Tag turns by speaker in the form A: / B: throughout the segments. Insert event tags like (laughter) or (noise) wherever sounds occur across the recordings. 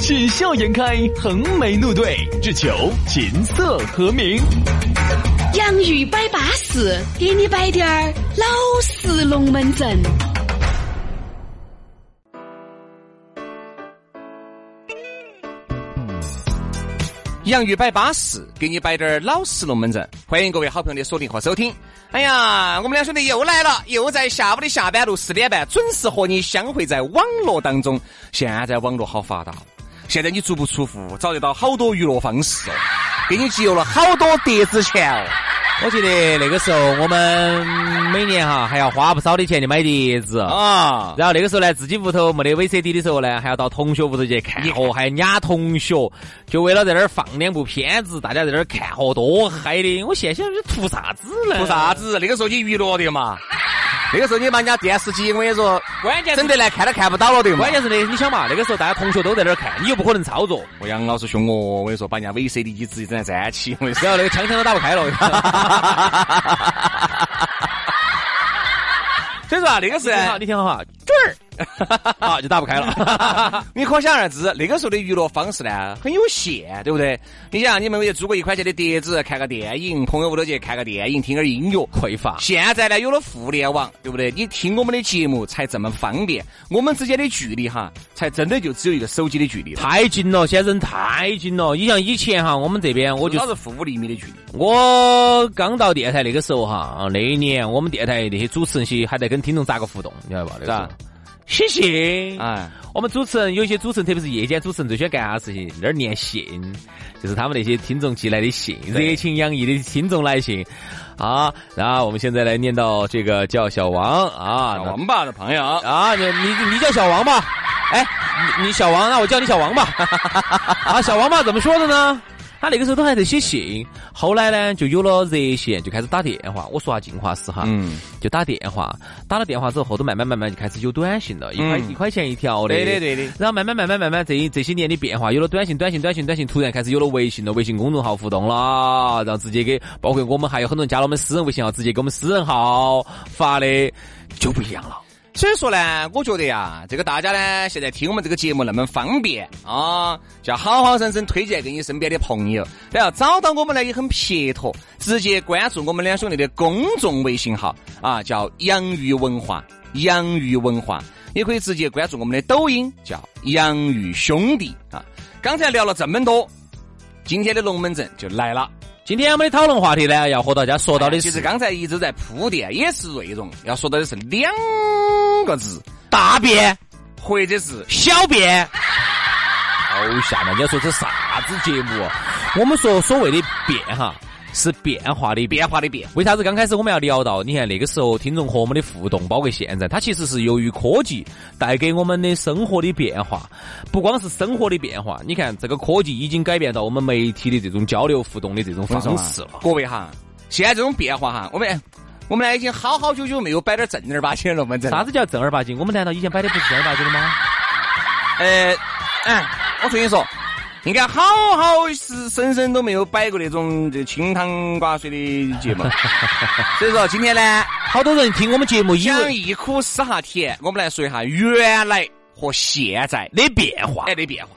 A: 喜笑颜开，横眉怒对，只求琴瑟和鸣。
B: 洋芋摆巴士，给你摆点儿老式龙门阵。
C: 洋芋摆巴适，给你摆点儿老实龙门阵。欢迎各位好朋友的锁定和收听。哎呀，我们两兄弟又来了，又在下午的下班路四点半准时和你相会在网络当中。现在网络好发达，哦现在你足不出户，找得到好多娱乐方式哦，给你节约了好多碟子钱哦。
D: 我觉得那个时候我们每年哈还要花不少的钱去买碟子
C: 啊，
D: 然后那个时候呢，自己屋头没得 VCD 的时候呢，还要到同学屋头去看，哦，还压同学，就为了在那儿放两部片子，大家在那儿看，哦，多嗨的！我现在想，这图啥子呢？
C: 图啥子？那个时候你娱乐的嘛，那个时候你把人家电视机，我跟你说，
D: 关键是
C: 整得来看都看不到了的嘛。
D: 关键是呢，你想嘛，那个时候大家同学都在那儿看，你又不可能操作，
C: 我杨老师凶哦，我跟你说，把人家 VCD 机直接整在粘起，我跟你说。
D: 然后那个枪枪都打不开了。
C: (laughs) 所以说啊，那个时
D: 你
E: 哎
D: 听
C: 候
D: 好，你听好哈，准儿，啊，就打不开
C: (laughs)
D: 了。
C: 你可想而知，那个时候的娱乐方式呢很有限，对不对？你想，你们也租个一块钱的碟子，看个电影，朋友屋头去看个电影，听点音乐。
D: 匮乏。
C: 现在呢，有了互联网，对不对？你听我们的节目才这么方便，我们之间的距离哈，才真的就只有一个手机的距离了，
D: 太近了，现在人太近了。你像以前哈，我们这边我就
C: 老是负五厘米的距离。
D: 我刚到电台那个时候哈，啊那一年我们电台那些主持人些还在跟听众咋个互动，你晓得吧？那个时候
C: 咋？
D: 写信
C: 哎，
D: 我们主持人有些主持人，特别是夜间主持人，最喜欢干啥事情？在那儿念信，就是他们那些听众寄来的信，热情洋溢的听众来信啊。然后我们现在来念到这个叫小王啊，
C: 小王八的朋友，
D: 啊，你你你叫小王吧？哎，你你小王，那我叫你小王吧。 (laughs) 啊，小王吧，怎么说的呢？他那个时候都还在写信，后来呢就有了热线，就开始打电话。我说下进化史哈，
C: 嗯，
D: 就打电话，打了电话之后，后头慢慢慢慢就开始有短信了，一块、
C: 嗯
D: 一块钱一条的。
C: 对的对的
D: 然后慢慢慢慢慢慢这一这些年的变化，有了短信短信短信短信，突然开始有了微信了，微信公众号互动了，然后直接给包括我们还有很多人加了我们私人微信号，直接给我们私人号发的就不一样了。
C: 所以说呢，我觉得呀，这个大家呢，现在听我们这个节目那么方便啊，就要好好生生推荐给你身边的朋友，然后找到我们呢也很撇脱，直接关注我们两兄弟的公众微信号啊，叫“洋芋文化”，洋芋文化，也可以直接关注我们的抖音，叫“洋芋兄弟”啊。刚才聊了这么多，今天的龙门阵就来了。
D: 今天我们的讨论话题呢，要和大家说哦到的
C: 其实
D: 是
C: 刚才一直在铺垫，也是内容，要说到的是两个字：
D: 大便、
C: 或者是
D: 小 (laughs) 便。哦，下面人家说这啥子节目？我们说所谓的变哈，是变化的变
C: 变。化的变。
D: 为啥子刚开始我们要聊到？你看那个时候听众和我们的互动，包括现在，它其实是由于科技带给我们的生活的变化，不光是生活的变化。你看这个科技已经改变到我们媒体的这种交流互动的这种方
C: 方
D: 式
C: 式
D: 了。
C: 各位哈，现在这种变化哈，我们哎我们呢已经好好久久没有摆点正儿八经的龙门阵了。
D: 啥子叫正儿八经？我们难道以前摆的不是正儿八经的吗？
C: 呃，哎，我跟你说，应该好好是生生都没有摆过那种这清汤寡水的
D: (laughs)
C: 节目。所以说今天呢，
D: 好多人听我们节目以
C: 讲
D: 为
C: 一苦思哈甜，我们来说一下原来和现在的
D: 的变化
C: 哎，的变化。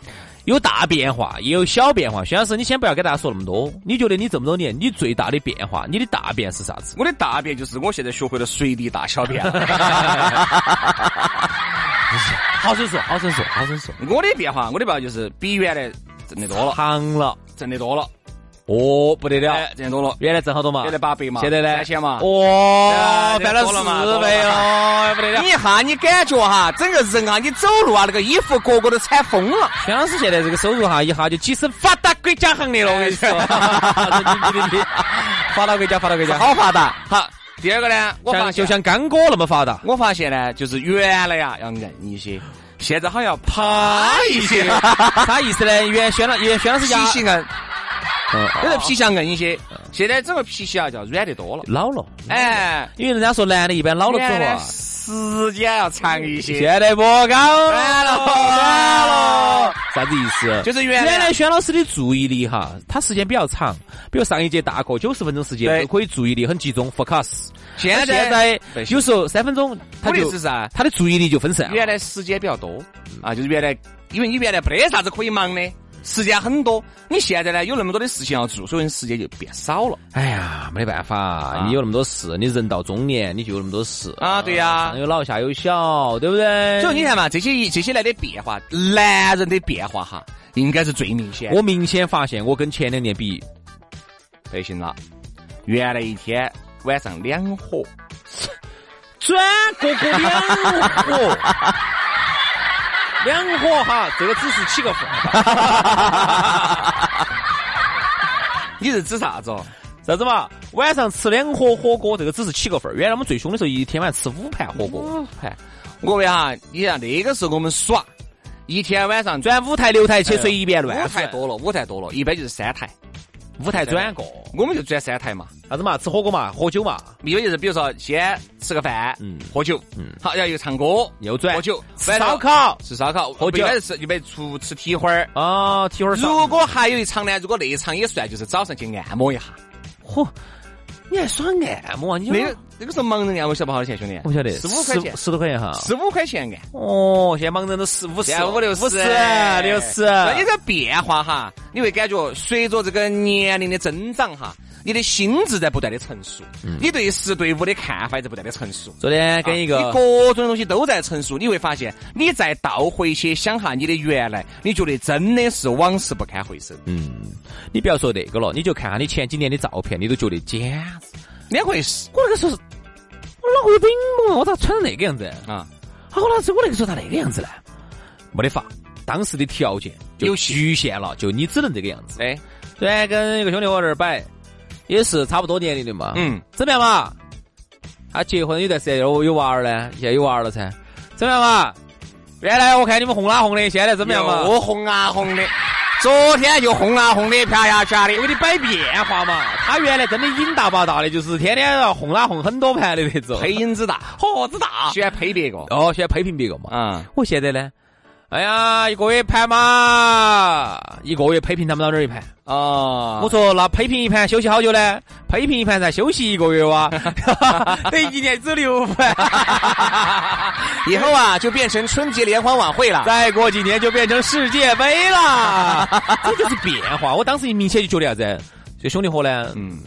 D: 有大变化，也有小变化。薛老师，你先不要给大家说那么多。你觉得你这么多年，你最大的变化，你的大变是啥子？
C: 我的大便就是我现在学会了随地大小 (laughs) 便。
D: 好生说，好生说，好生说。
C: 我的变化，我的变化就是比原来挣得多了，
D: 长了，
C: 挣得多了，
D: 哦，不得了。
C: 哎，啊挣得多了。
D: 原来挣好多嘛？
C: 原来八百嘛
D: 现在呢？
C: 三千嘛
D: 哦，
C: 对啊
D: 翻了
C: 多了嘛
D: 四
C: 多了
D: 倍
C: 嘛
D: 哦，不得了。
C: 你一下，你感觉哈，整个人啊，你走路啊，那个衣服个个都穿疯了。
D: 薛老师现在这个收入哈，一下就跻身发达国家行列了，我跟你说。你你你你发达国家，发达国家，
C: 好发达。好，第二个呢，我发
D: 像
C: 现
D: 就像刚哥那么发达。
C: 我发现呢，就是原来呀要硬一些，现在好像趴一些， (laughs)
D: 啥意思呢？原先老原先老师家
C: 西西硬。啊有的皮相硬一些，现在整个皮鞋啊叫软得多了。
D: 老了，
C: 哎，
D: 因为人家说男的一般老了之后啊，
C: 时间要长一些。
D: 现在不高
C: 软了，软
D: 软
C: 了
D: 了，，啥子意思？
C: 就是原
D: 原
C: 来
D: 来轩老师的注意力哈，他时间比较长，比如上一节大课九十分钟时
C: 对
D: 间，可以注意力很集中，focus。
C: 现在
D: 但现在
C: 对
D: 有时候三分钟，他
C: 我的意
D: 就
C: 思是啥？
D: 他的注意力就分散了。
C: 原来时间比较多啊，就是原来因为你原来没得啥子可以忙的，时间很多。你现在呢有那么多的事情要做，所以你时间就变少了。
D: 哎呀，没得办法，你有那么多事，你人到中年你就有那么多事
C: 啊对呀
D: 上有老下有小，对不对？
C: 所以你看嘛，这些这些来的变化，男人的变化哈，应该是最明显的。
D: 我明显发现，我跟前两年比，
C: 背心哎了，原来一天晚上两盒，
D: 转哥哥两
C: (laughs)
D: 盒，两盒哈，这个只是起个
C: (laughs)
D: 缝。
C: 你是指啥子？哦？
D: 啥子嘛？晚上吃两盒火锅，这个只是起个份儿。原来我们最凶的时候，一天晚上吃五盘火锅，
C: 哎，各位哈，你像那个时候我们耍，一天晚上转
D: 转五台六台去
C: 哎
D: 随便乱
C: 五台
D: 转，
C: 多了，五台多了，一般就是三台，
D: 五台转个。
C: 我们就转三台嘛。
D: 啥子嘛？吃火锅嘛，喝酒嘛，
C: 因为就是比如说先吃个饭，
D: 嗯
C: 喝酒，嗯，好，然后又唱歌，
D: 又转
C: 喝酒，
D: 吃
C: 晚上
D: 烧烤
C: 吃烧烤，
D: 喝酒
C: 一般是一般出吃蹄花儿。
D: 啊，提会儿
C: 如
D: 烧。
C: 果还有一场呢，如果那一场也算，就是早上去按摩一下。
D: 嚯，你还耍按摩啊？你
C: 那个那个时候盲人按摩晓得不好多钱，兄弟？
D: 我不晓得，
C: 十五块钱，
D: 十多块钱哈。
C: 十五块钱按，
D: 哦，现在盲人都十五十
C: 现在五六十
D: 五十哎六十。
C: 那你这变化哈，你会感觉随着这个年龄的增长哈，你的心智在不断的成熟，你对事对物的看法也在不断的成熟。
D: 昨天跟一
C: 啊
D: 个
C: 你各种东西都在陈述，你会发现，你再倒回去想哈你的原来，你觉得真的是往事不堪回首，
D: 嗯，你不要说那个了，你就看下你前几年的照片，你都觉得简直。
C: 两回事
D: 我那个时候是，我脑壳有顶懵了，我咋穿成那个样子？
C: 啊。
D: 啊，我老子我那个时候咋那个样子呢？没得法，当时的条件
C: 有
D: 就
C: 限
D: 局限了，就你只能这个样子。
C: 哎，
D: 昨天跟一个兄弟伙在这儿摆，也是差不多年龄的嘛。，
C: 嗯，
D: 怎么样嘛？他结婚有段时间有有娃儿呢，现在有娃儿了噻。怎么样嘛？原来我看你们红啦红的，现在怎么样嘛？
C: 又红啊红的，昨天就红啊红的，啪呀啪的
D: 我。给你摆变化嘛。他原来真的瘾大把大的，就是天天要红啦红很多盘的那种。
C: 配音 (laughs) 之大，
D: 火子大
C: 喜欢配别个
D: 哦，喜欢批评别个嘛。
C: 啊，
D: 我现在呢，哎呀，一个月盘嘛，一个月批评他们老点儿一盘。
C: 哦，
D: 我说那批评一盘休息好久呢？批评一盘才休息一个月哇， (laughs) 等于一年只有六盘，
C: 以后啊就变成春节联欢晚会了。
D: (laughs) 再过几年就变成世界杯了。 (laughs) 这就是变化。我当时一明显就觉得啥子，这兄弟伙呢，
C: 嗯，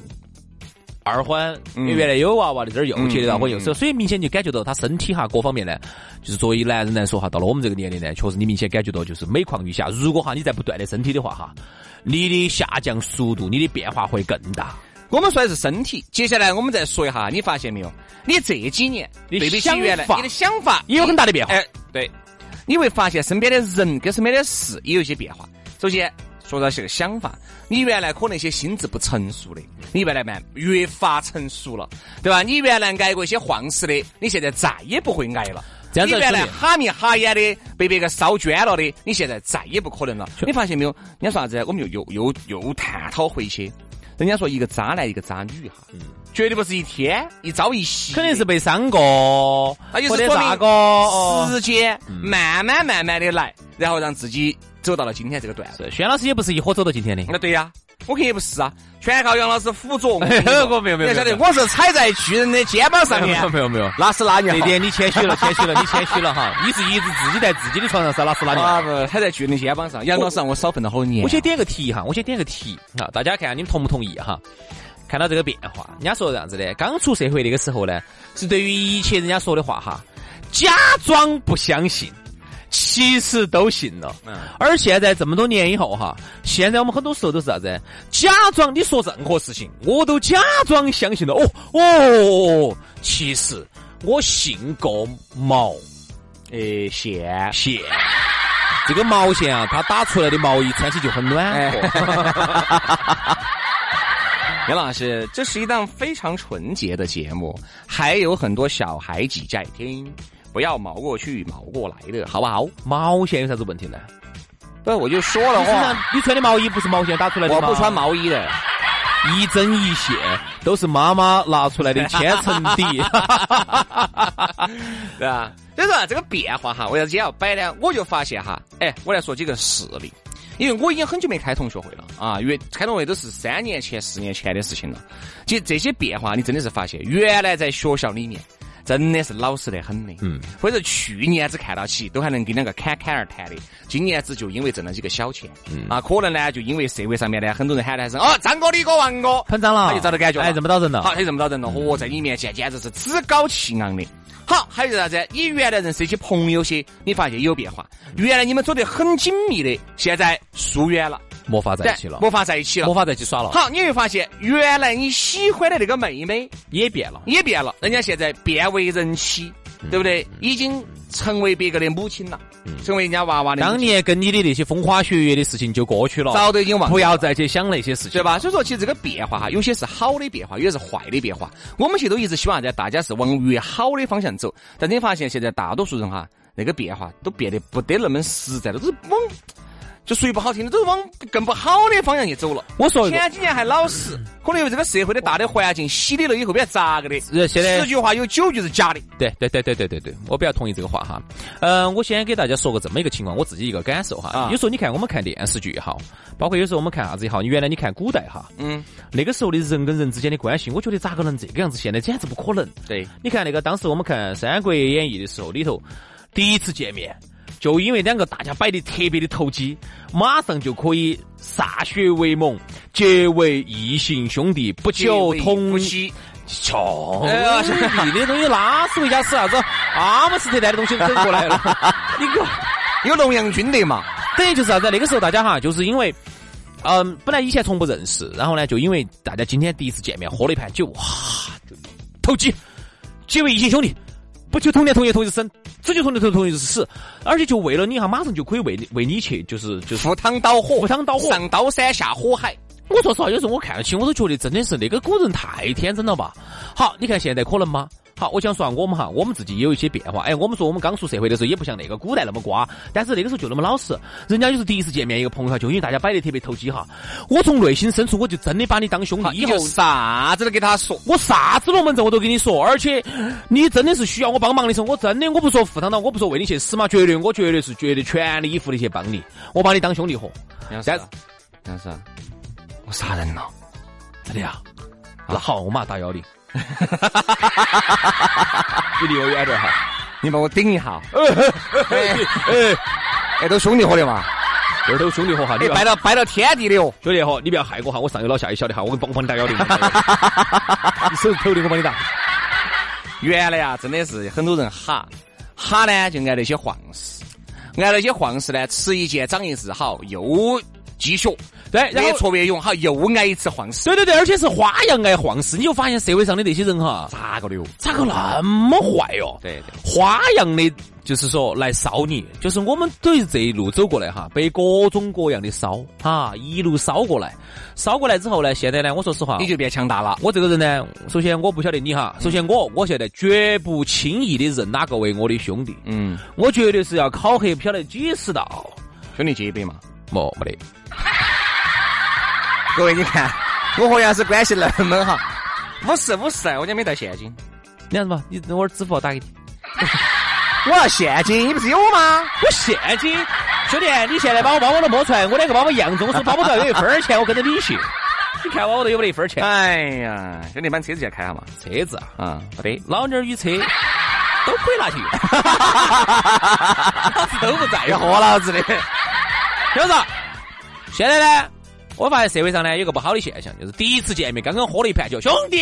D: 二婚，因为
C: 嗯
D: 原来有娃娃的，这儿又结的大婚又
C: 嗯嗯
D: 生，所以明显就感觉到他身体哈各方面呢，就是作为男人来说哈，到了我们这个年龄呢，确实你明显感觉到就是每况愈下。如果哈你在不断的身体的话哈，你的下降速度，你的变化会更大。
C: 我们说的是身体，接下来我们再说一下，你发现没有？你这几年
D: 你
C: 对比起
D: 想
C: 原来，
D: 法
C: 你的想法
D: 也有很大的变化
C: 哎，对，你会发现身边的人跟身边的事也有一些变化。首先说到这个想法，你原来可能一些心智不成熟的，你原来嘛越发成熟了，对吧？你原来挨过一些晃事的，你现在再也不会挨了。
D: 这样子
C: 你原来
D: 兄弟
C: 哈密哈眼的被别个烧捐了的，你现在再也不可能了。你发现没有？人家说啥子？我们又又又又探讨回去。人家说一个渣男一个渣女哈，绝对不是一天一朝一
D: 嗯
C: 夕的，
D: 肯定是被伤过，
C: 那就
D: 或
C: 是
D: 者
C: 说
D: 咋个？
C: 明
D: 哦
C: 时间慢慢慢慢的来，然后让自己走到了今天这个段位。
D: 是轩老师也不是一火走到今天的，
C: 那对呀、我肯定不是啊，全靠杨老师辅佐我。
D: 哎 (laughs) 我没有没有
C: 你要晓得
D: 没有
C: 我是踩在巨人的肩膀上面，
D: 没有没有，
C: 那是
D: (laughs)
C: 哪
D: 那
C: 牛？
D: 点你谦虚了，谦虚了，你谦虚了哈，你是一直自己在自己的床上撒拉屎拉尿。
C: 啊不，踩在巨人的肩膀上，杨老师让我少奋斗好多年。
D: 我先点个题哈，我先点个题啊，大家看下你们同不同意哈？看到这个变化，人家说这样子的，刚出社会那个时候呢，是对于一切人家说的话哈，假装不相信，其实都信了。
C: 嗯
D: 而现在这么多年以后哈，现在我们很多时候都是啥子？假装你说任何事情，我都假装相信了。哦哦哦，哦其实我信个毛。
C: 呃线，
D: 线。这个毛线啊，它打出来的毛衣穿起就很
C: 哎
D: (laughs) 暖和。
C: 杨老师，这是一档非常纯洁的节目，还有很多小孩子在听，不要毛过去毛过来的，好不好？
D: 毛线有啥子问题呢？
C: 不是，我就说了
D: 你身上
C: 话，
D: 你穿的毛衣不是毛线打出来的
C: 我
D: 吗？
C: 不穿，毛衣 (laughs) 的。
D: 一针一线都是妈妈拿出来的千层
C: (laughs)
D: 底。
C: 对吧？所以说啊这个变化哈，为啥子今天要摆呢？我就发现哈，哎，我来说几个事例，因为我已经很久没开同学会了啊，原开同学会都是三年前、四年前的事情了。其实这些变化，你真的是发现，原来在学校里面。真的是老实得很的，嗯，或者去年子看到起都还能跟两个侃侃而谈的，今年子就因为挣了几个小钱，嗯啊，可能呢就因为社会上面呢很多人喊的还是哦张哥、李哥、王哥，
D: 膨胀了
C: 他就找到感觉了，
D: 哎认不到人了
C: 好，他就认不到人了，
D: 嗯
C: 哦，在里面简简直是趾高气昂的。好，还有就是啥子？你原来认识一些朋友些，你发现有变化。
D: 嗯
C: 原来你们走得很紧密的，现在疏远了，
D: 没法在一起了，
C: 没法在一起了
D: 没。法在一起耍了，
C: 好，你会发现原来你喜欢的那个妹妹
D: 也变了。
C: 也变了，人家现在变为人妻，
D: 嗯
C: 对不对？已经成为别个的母亲了，成为人家娃娃的母
D: 当
C: 亲。
D: 年跟你的那些风花雪月的事情就过去了，
C: 早都已经忘记了
D: 不要再去想那些事情
C: 对。吧？所以说，其实这个变化哈，有些是好的变化，有些是坏的变化。我们其实都一直希望在大家是往越好的方向走，但你发现现在大多数人哈，那个变化都变得不得那么实在了，都是往就说一不好听的，都是往更不好的方向去走了。
D: 我说一个
C: 前几年还老实，可能因为这个社会的大的环境洗礼了以后，变咋个的？
D: 呃现在
C: 十句话有九句是假的。
D: 对对对对对对对，我比较同意这个话哈。呃，我先给大家说个这么一个情况，我自己一个感受哈。
C: 啊
D: 有时候你看我们看电视剧也好，包括有时候我们看啥子也好，你原来你看古代哈，
C: 嗯，
D: 那个时候的人跟人之间的关系，我觉得咋个能这个样子？现在简直不可能。
C: 对，
D: 你看那个当时我们看《三国演义》的时候，里头第一次见面，就因为两个大家摆的特别的投机，马上就可以歃血为盟，结为异姓兄弟，不求同
C: 夫妻
D: 穷哎弟的东西，拉斯维加斯啥子阿姆斯特丹的东西整过来了，你给我。
C: 有龙阳君的嘛？
D: 等于就是啥子？那个时候大家哈，就是因为，嗯，本来以前从不认识，然后呢，就因为大家今天第一次见面，喝了一盘酒，哇，就投机，结为异姓兄弟，不求同年同月同日生，只求同年同日同日死，而且就为了你哈，马上就可以为你为你去，就是就是。
C: 赴汤蹈火，
D: 哦赴汤蹈火
C: 上刀山下火海。
D: 我说实话，有时候我看到起，我都觉得真的是那个古人太天真了吧。好，你看现在可能吗？好，我想说下我们哈，我们自己也有一些变化。哎，我们说我们刚出社会的时候也不像那个古代那么瓜，但是那个时候就那么老实。人家就是第一次见面一个朋友哈，就因为大家摆得特别投机哈，我从内心深处我就真的把你当兄
C: 好
D: 嗯弟，以
C: 你
D: 后
C: 就啥子都给他说。
D: 我啥子龙门阵我都跟你说，而且你真的是需要我帮忙的时候，我真的我不说赴汤蹈，火，我不说为你去死嘛，绝对我绝对是绝对全力以赴的去帮你，我把你当兄弟伙，
C: 杨
D: 师啊
C: 杨师，我杀人了。
D: 真的
C: 啊
D: 呀？那好，我马上打
C: (laughs)
D: 幺零，你离我远点哈。 (laughs)
C: 你帮我顶一下。 (laughs) 哎，哎，都兄弟伙的嘛，
D: 这都兄弟伙哈，你
C: 哎，
D: 不要
C: 拜到拜到天地的哦。
D: 兄弟伙，你不要害我哈，我上有老下有小的哈，我帮我帮你打
C: (laughs)
D: 幺零，你手头的我帮你打。
C: 原来啊，真的是很多人哈哈呢，就挨那些晃事，挨那些晃事呢，吃一堑长一智，好又积雪，
D: 对，然
C: 越
D: 后
C: 挫越勇，好又挨一次晃事，
D: 对对对，而且是花样爱晃事，你就发现社会上的那些人哈，
C: 咋个的哟？
D: 咋个那么坏哟、
C: 对对，
D: 花样的，就是说来烧你，就是我们对这一路走过来哈，被各种各样的烧哈，一路烧过来，烧过来之后呢，现在呢，我说实话，
C: 你就变强大了。
D: 我这个人呢，首先我不晓得你哈，首先我我现在绝不轻易的认哪个为我的兄弟，
C: 嗯，
D: 我绝对是要考核飘得几十道，
C: 兄弟结一杯嘛。
D: 没没得。
C: (laughs) 各位，你看我和杨师关系那么好，五十五十，我家没带现金，
D: 你看什么？你等会儿支付宝打给你。
C: 我要现金，你不是有吗？
D: 我现金，兄弟，你现在把我包包都摸出来，我两个包包一样重，我说包包头有一分儿钱，我跟着你去。你看我包头有没得一分儿钱？
C: 哎呀，兄弟，把车子先开下嘛。
D: 车子啊，
C: 啊，好的。
D: 老妞儿与
C: (laughs)
D: 车都可以拿去用，老子都不在
C: 要
D: 乎。
C: 喝老
D: (laughs)
C: 子的，
D: 就是现在呢，我发现社会上呢有个不好的现象，就是第一次见面刚刚喝了一盘酒，兄弟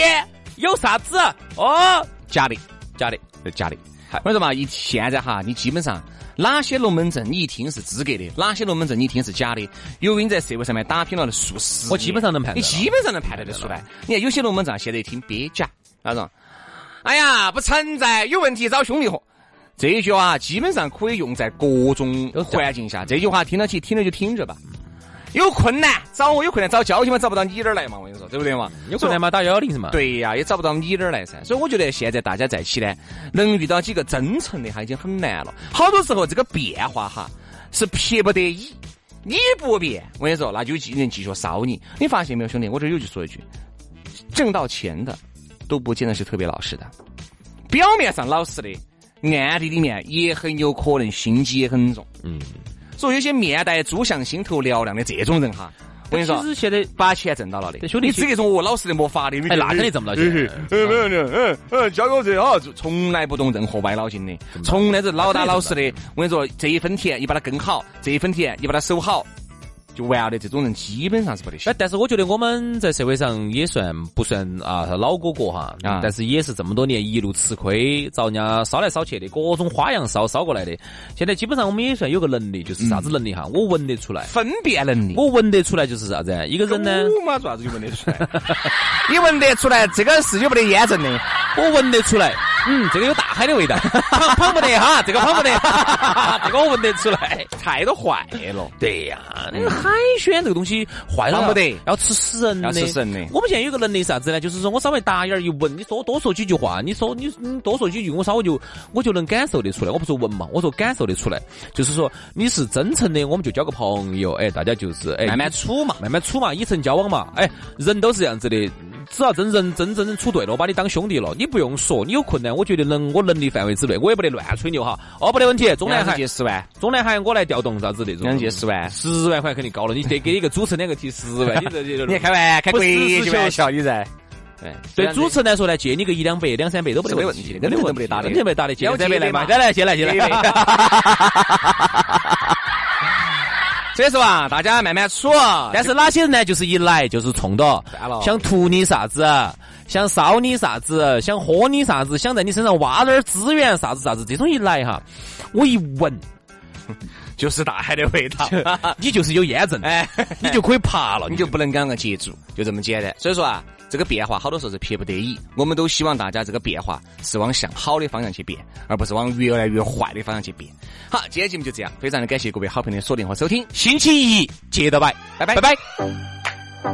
D: 有啥子？哦，
C: 假的，
D: 假的，
C: 这假的。我跟你说嘛，一现在哈，你基本上哪些龙门阵你一听是资格的，哪些龙门阵你一听是假的。由于你在社会上面打拼了数十年，
D: 我基本上能判断
C: 你
D: 了
C: 基本上能判断得出来。你看有些龙门阵啊现在一听憋假那种，哎呀不存在，有问题找兄弟伙。这一句话基本上可以用在各种
D: 都是
C: 环境下，这句话听到起听了就听着吧。有困难找我，有困难找交警嘛，找不到你这儿来嘛，我跟你说，对不对嘛？
D: 有困难吗？打幺幺零是吗？，
C: 对呀、也找不到你哪儿来噻。所以我觉得现在大家在一起呢，能遇到几个真诚的哈，已经很难了。好多时候这个变化哈是撇不得已，你不变，我跟你说，那就有人继续烧你。你发现没有，兄弟？我这有句说一句，挣到钱的都不见得是特别老实的，表面上老实的，暗地里面也很有可能心机也很重。嗯，所以有些面带猪相、心头嘹亮的这种人哈，我跟你说，
D: 其实现在
C: 把钱挣到了的，
D: 兄弟
C: 你只给种我哦老实的没法的，
D: 哎，那肯定挣不到钱。
C: 嗯嗯嗯嗯，交给我这哈，从来不动任何歪脑筋的，从来是老打老实的。我跟你说，这一分田你把它耕好，这一分田你把它守好，就完了的。这种人基本上是不得行。
D: 哎，但是我觉得我们在社会上也算不算啊老哥哥哈，
C: 啊
D: 但是也是这么多年一路吃亏，遭人家烧来烧去的，各种花样烧烧过来的。现在基本上我们也算有个能力，
C: 嗯
D: 就是啥子能力哈？我闻得出来，
C: 分辨能力，
D: 我闻得出来就是啥子啊？一个人呢，
C: 狗嘛，爪子就闻得出来，你闻得出来，这个是有没得验证的。
D: 我闻得出来，嗯，这个有大海的味道， (laughs) 胖胖不得哈，这个胖不得， (laughs) 这个我闻得出
C: (laughs)
D: 来。
C: 菜都坏
D: (laughs)
C: 了，
D: 对呀、那个海鲜这个东西坏了
C: 放嗯不得
D: 要吃死人的，
C: 要吃死人的
D: 我们现在有个能力是啥子呢？就是说我稍微打眼儿一闻，你说多说几句话，你说你你多说几句，我稍微就我就能感受得出来。我不说闻嘛，我说感受得出来，就是说你是真诚的，我们就交个朋友，哎，大家就是哎
C: 慢慢处嘛。
D: 慢慢处嘛，以诚交往嘛，哎，人都是这样子的。只要真人真真正处对了，我把你当兄弟了，你不用说，你有困难，我觉得能我能力范围之内，我也不得乱吹牛哈。哦，不得问题，中南海
C: 借十万，
D: 中南海我来调动啥子那种，
C: 两借十万，
D: 十万块肯定高了，你得给一个主持人两个提十万， (laughs) 你这这
C: 你还开玩开
D: 不
C: 国
D: 实
C: 际
D: 事
C: 玩
D: 求哎
C: 笑，你
D: (laughs)
C: 在。对
D: 对主持人来说呢，借你个一两百、两三百都不得
C: 没
D: 问
C: 问
D: 题
C: 题，
D: 没得
C: 根本
D: 问
C: 不
D: 题
C: 得打的
D: 根本不得打的，借
C: 要
D: 我再
C: 借
D: 来
C: 的
D: 嘛，
C: 嘛
D: 再来，借来，借 (laughs) 来。
C: (laughs) 所以说啊，大家慢慢处，
D: (laughs) 但是哪些人呢？就是一来就是冲到
C: 算了
D: 想图你啥子，想烧你啥子，想喝你啥子，想在你身上挖点儿资源啥子啥子，这种一来哈，我一 (laughs) 闻
C: 就是大海的味道。 (laughs)
D: 你就是有验证，
C: 哎，
D: 你就可以爬了，
C: 你
D: 你
C: 就
D: 就
C: 不能跟个接触，就这么简单。所以说啊，这个变化好多时候是迫不得已，我们都希望大家这个变化是往向好的方向去变，而不是往越来越坏的方向去变。好，今天节目就这样，非常的感谢各位好朋友的锁定和收听，
D: 星期一接着摆，
C: 拜拜
D: 拜拜。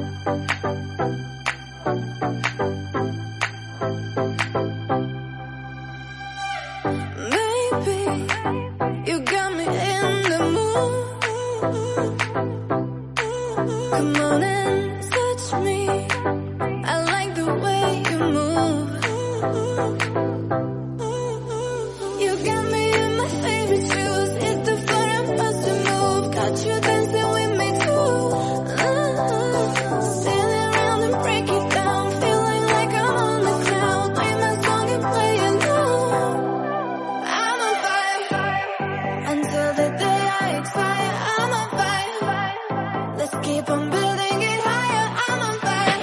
F: Maybe you got me in the mood. Come on and touch me. I like the way you move. You got me in my favorite shoes. It's the fun I'm supposed to move. Caught you dancing with me too. Uh, Standing around and break it down, feeling like I'm on the cloud. Play my song and play it now. I'm on fire until the day I expire. I'm on fire. Let's keep on building it higher. I'm on fire.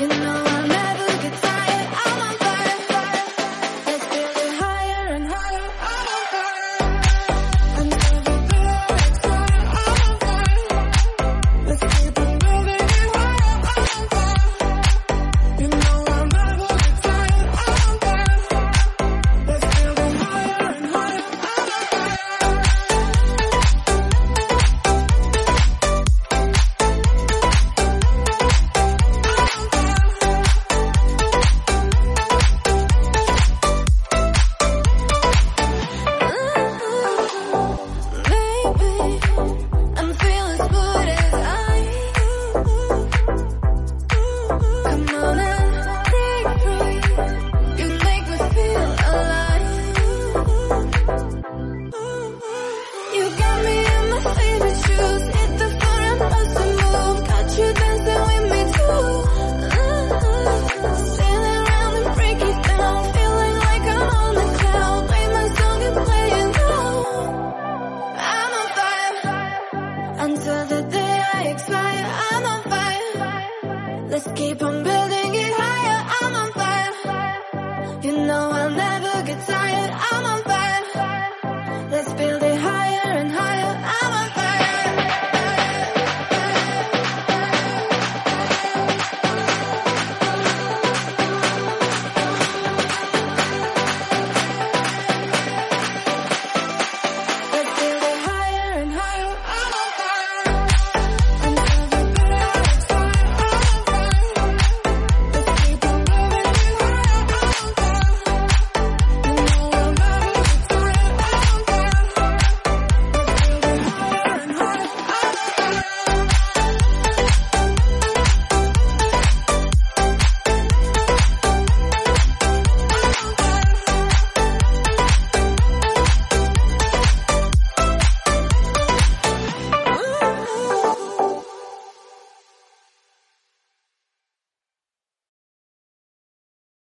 F: You know I'll never get tired. I'm on fire. Let's build it higher and higher. I'm on fire until the day I expire. I'm on fire. Let's keep on building it higher. I'm on fire. You know I'll never get tired. I'm on fire. Let's build it higher and higher. I'm on fire. Maybe I'm feeling good as I Come on and take free. You make me feel alive. You got me in my favorite shoes. It's the fun I'm supposed to move. Got you dancing with me too. Standing around and break it down, feeling like I'm on the cloud. Play my song and play it now. I'm on fire until the day I expire. I'm on fire. Let's keep on.